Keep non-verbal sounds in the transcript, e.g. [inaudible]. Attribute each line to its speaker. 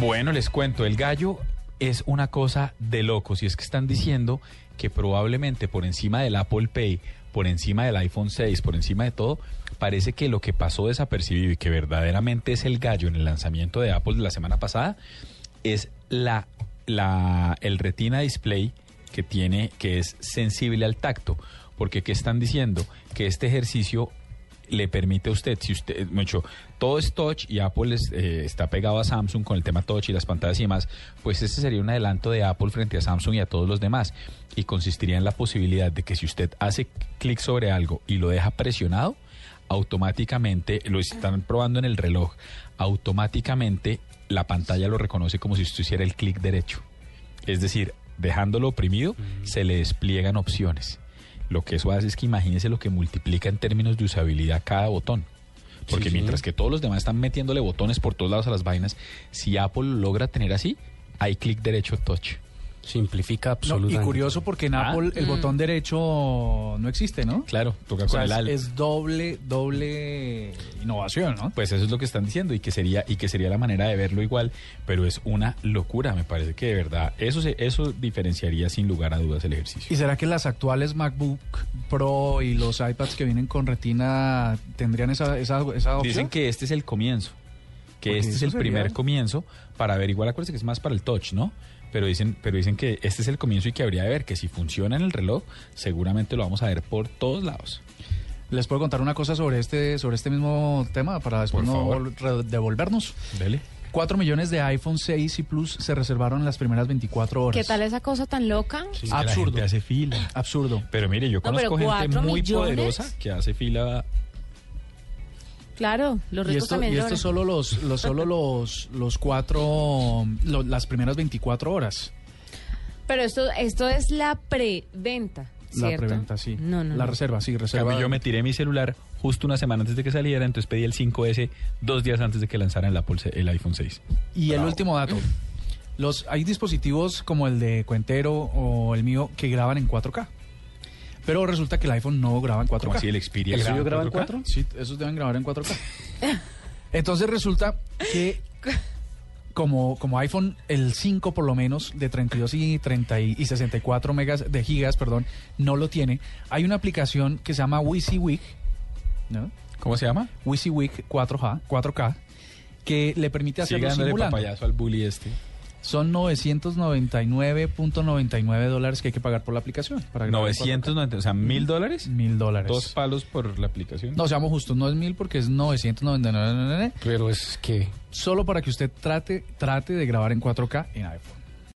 Speaker 1: Bueno, les cuento, el gallo es una cosa de locos y es que están diciendo que probablemente por encima del Apple Pay, por encima del iPhone 6, por encima de todo, parece que lo que pasó desapercibido y que verdaderamente es el gallo en el lanzamiento de Apple de la semana pasada es la, la el Retina Display que tiene que es sensible al tacto, porque qué están diciendo que este ejercicio le permite a usted, si usted, mucho, todo es touch y Apple es, eh, está pegado a Samsung con el tema touch y las pantallas y demás, pues este sería un adelanto de Apple frente a Samsung y a todos los demás. Y consistiría en la posibilidad de que si usted hace clic sobre algo y lo deja presionado, automáticamente, lo están probando en el reloj, automáticamente la pantalla lo reconoce como si usted hiciera el clic derecho. Es decir, dejándolo oprimido,
Speaker 2: Mm.
Speaker 1: se le despliegan opciones lo que eso hace es que imagínense lo que multiplica en términos de usabilidad cada botón. Porque
Speaker 3: Sí,
Speaker 1: mientras
Speaker 3: sí.
Speaker 1: que todos los demás están metiéndole botones por todos lados a las vainas, si Apple lo logra tener así, hay clic derecho touch.
Speaker 3: Simplifica
Speaker 2: No,
Speaker 3: absolutamente.
Speaker 2: y curioso porque en
Speaker 1: Ah.
Speaker 2: Apple el botón derecho no existe, ¿no?
Speaker 1: Claro, toca
Speaker 2: Mm. O sea,
Speaker 1: con el
Speaker 2: es,
Speaker 1: al-
Speaker 2: es doble, doble innovación, ¿no?
Speaker 1: Pues eso es lo que están diciendo y que sería y que sería la manera de verlo igual, pero es una locura, me parece que de verdad eso se, eso diferenciaría sin lugar a dudas el ejercicio.
Speaker 2: ¿Y será que las actuales MacBook Pro y los iPads que vienen con retina tendrían esa, esa, esa opción?
Speaker 1: Dicen que este es el comienzo, que
Speaker 2: Porque
Speaker 1: este es
Speaker 2: eso
Speaker 1: el
Speaker 2: sería-
Speaker 1: primer comienzo para ver, igual acuérdense que es más para el touch, ¿no? Pero dicen, pero dicen que este es el comienzo y que habría de ver que si funciona en el reloj, seguramente lo vamos a ver por todos lados.
Speaker 2: ¿Les puedo contar una cosa sobre este, sobre este mismo tema para después
Speaker 1: Por
Speaker 2: no
Speaker 1: favor.
Speaker 2: vol- re- devolvernos?
Speaker 1: Dele.
Speaker 2: 4 millones de iPhone 6 y Plus se reservaron en las primeras 24 horas.
Speaker 4: ¿Qué tal esa cosa tan loca?
Speaker 1: Sí,
Speaker 2: Absurdo.
Speaker 1: la gente hace fila.
Speaker 2: Absurdo.
Speaker 1: Pero mire, yo
Speaker 4: pero
Speaker 1: conozco gente
Speaker 4: ¿cuatro
Speaker 1: muy
Speaker 4: millones?
Speaker 1: poderosa que hace fila.
Speaker 4: Claro, los
Speaker 2: Y
Speaker 4: ricos
Speaker 2: esto,
Speaker 4: también
Speaker 2: y esto
Speaker 4: lloran.
Speaker 2: solo los, los solo los, los cuatro, lo- las primeras 24 horas.
Speaker 4: Pero esto, esto es la preventa, ¿cierto?
Speaker 2: La preventa, sí.
Speaker 4: No, no.
Speaker 2: La
Speaker 4: no.
Speaker 2: reserva, sí,
Speaker 1: En cambio,
Speaker 2: reserva.
Speaker 1: yo me tiré mi celular justo una semana antes de que saliera, entonces pedí el 5S dos días antes de que lanzaran el, Apple se- el iPhone 6.
Speaker 2: Y el último dato.
Speaker 1: Mm.
Speaker 2: Los, hay dispositivos como el de Cuentero o el mío que graban en 4K. Pero resulta que el iPhone no graba en 4K.
Speaker 1: Como así el Xperia.
Speaker 3: ¿El
Speaker 1: graba
Speaker 3: suyo graba en
Speaker 1: 4K?
Speaker 3: 4?
Speaker 2: Sí, esos deben grabar en 4K. [laughs] Entonces resulta que como, como iPhone, el 5 por lo menos, de 32 y, 30 y, y 64 megas de gigas, perdón, no lo tiene. Hay una aplicación que se llama WYSIWYG, ¿no?
Speaker 1: ¿Cómo se llama?
Speaker 2: WYSIWYG 4K, 4K, que le permite
Speaker 1: Sigue
Speaker 2: hacerlo
Speaker 1: dándole
Speaker 2: simulando.
Speaker 1: papayazo al bully este.
Speaker 2: Son 999.99 dólares que hay que pagar por la aplicación. Para grabar en 4K.
Speaker 1: 990, o sea, mil dólares.
Speaker 2: Mil dólares.
Speaker 1: Dos palos por la aplicación.
Speaker 2: No, seamos justos, no es mil porque es 999.
Speaker 3: Pero es que
Speaker 2: solo para que usted trate, trate de grabar en 4K en iPhone.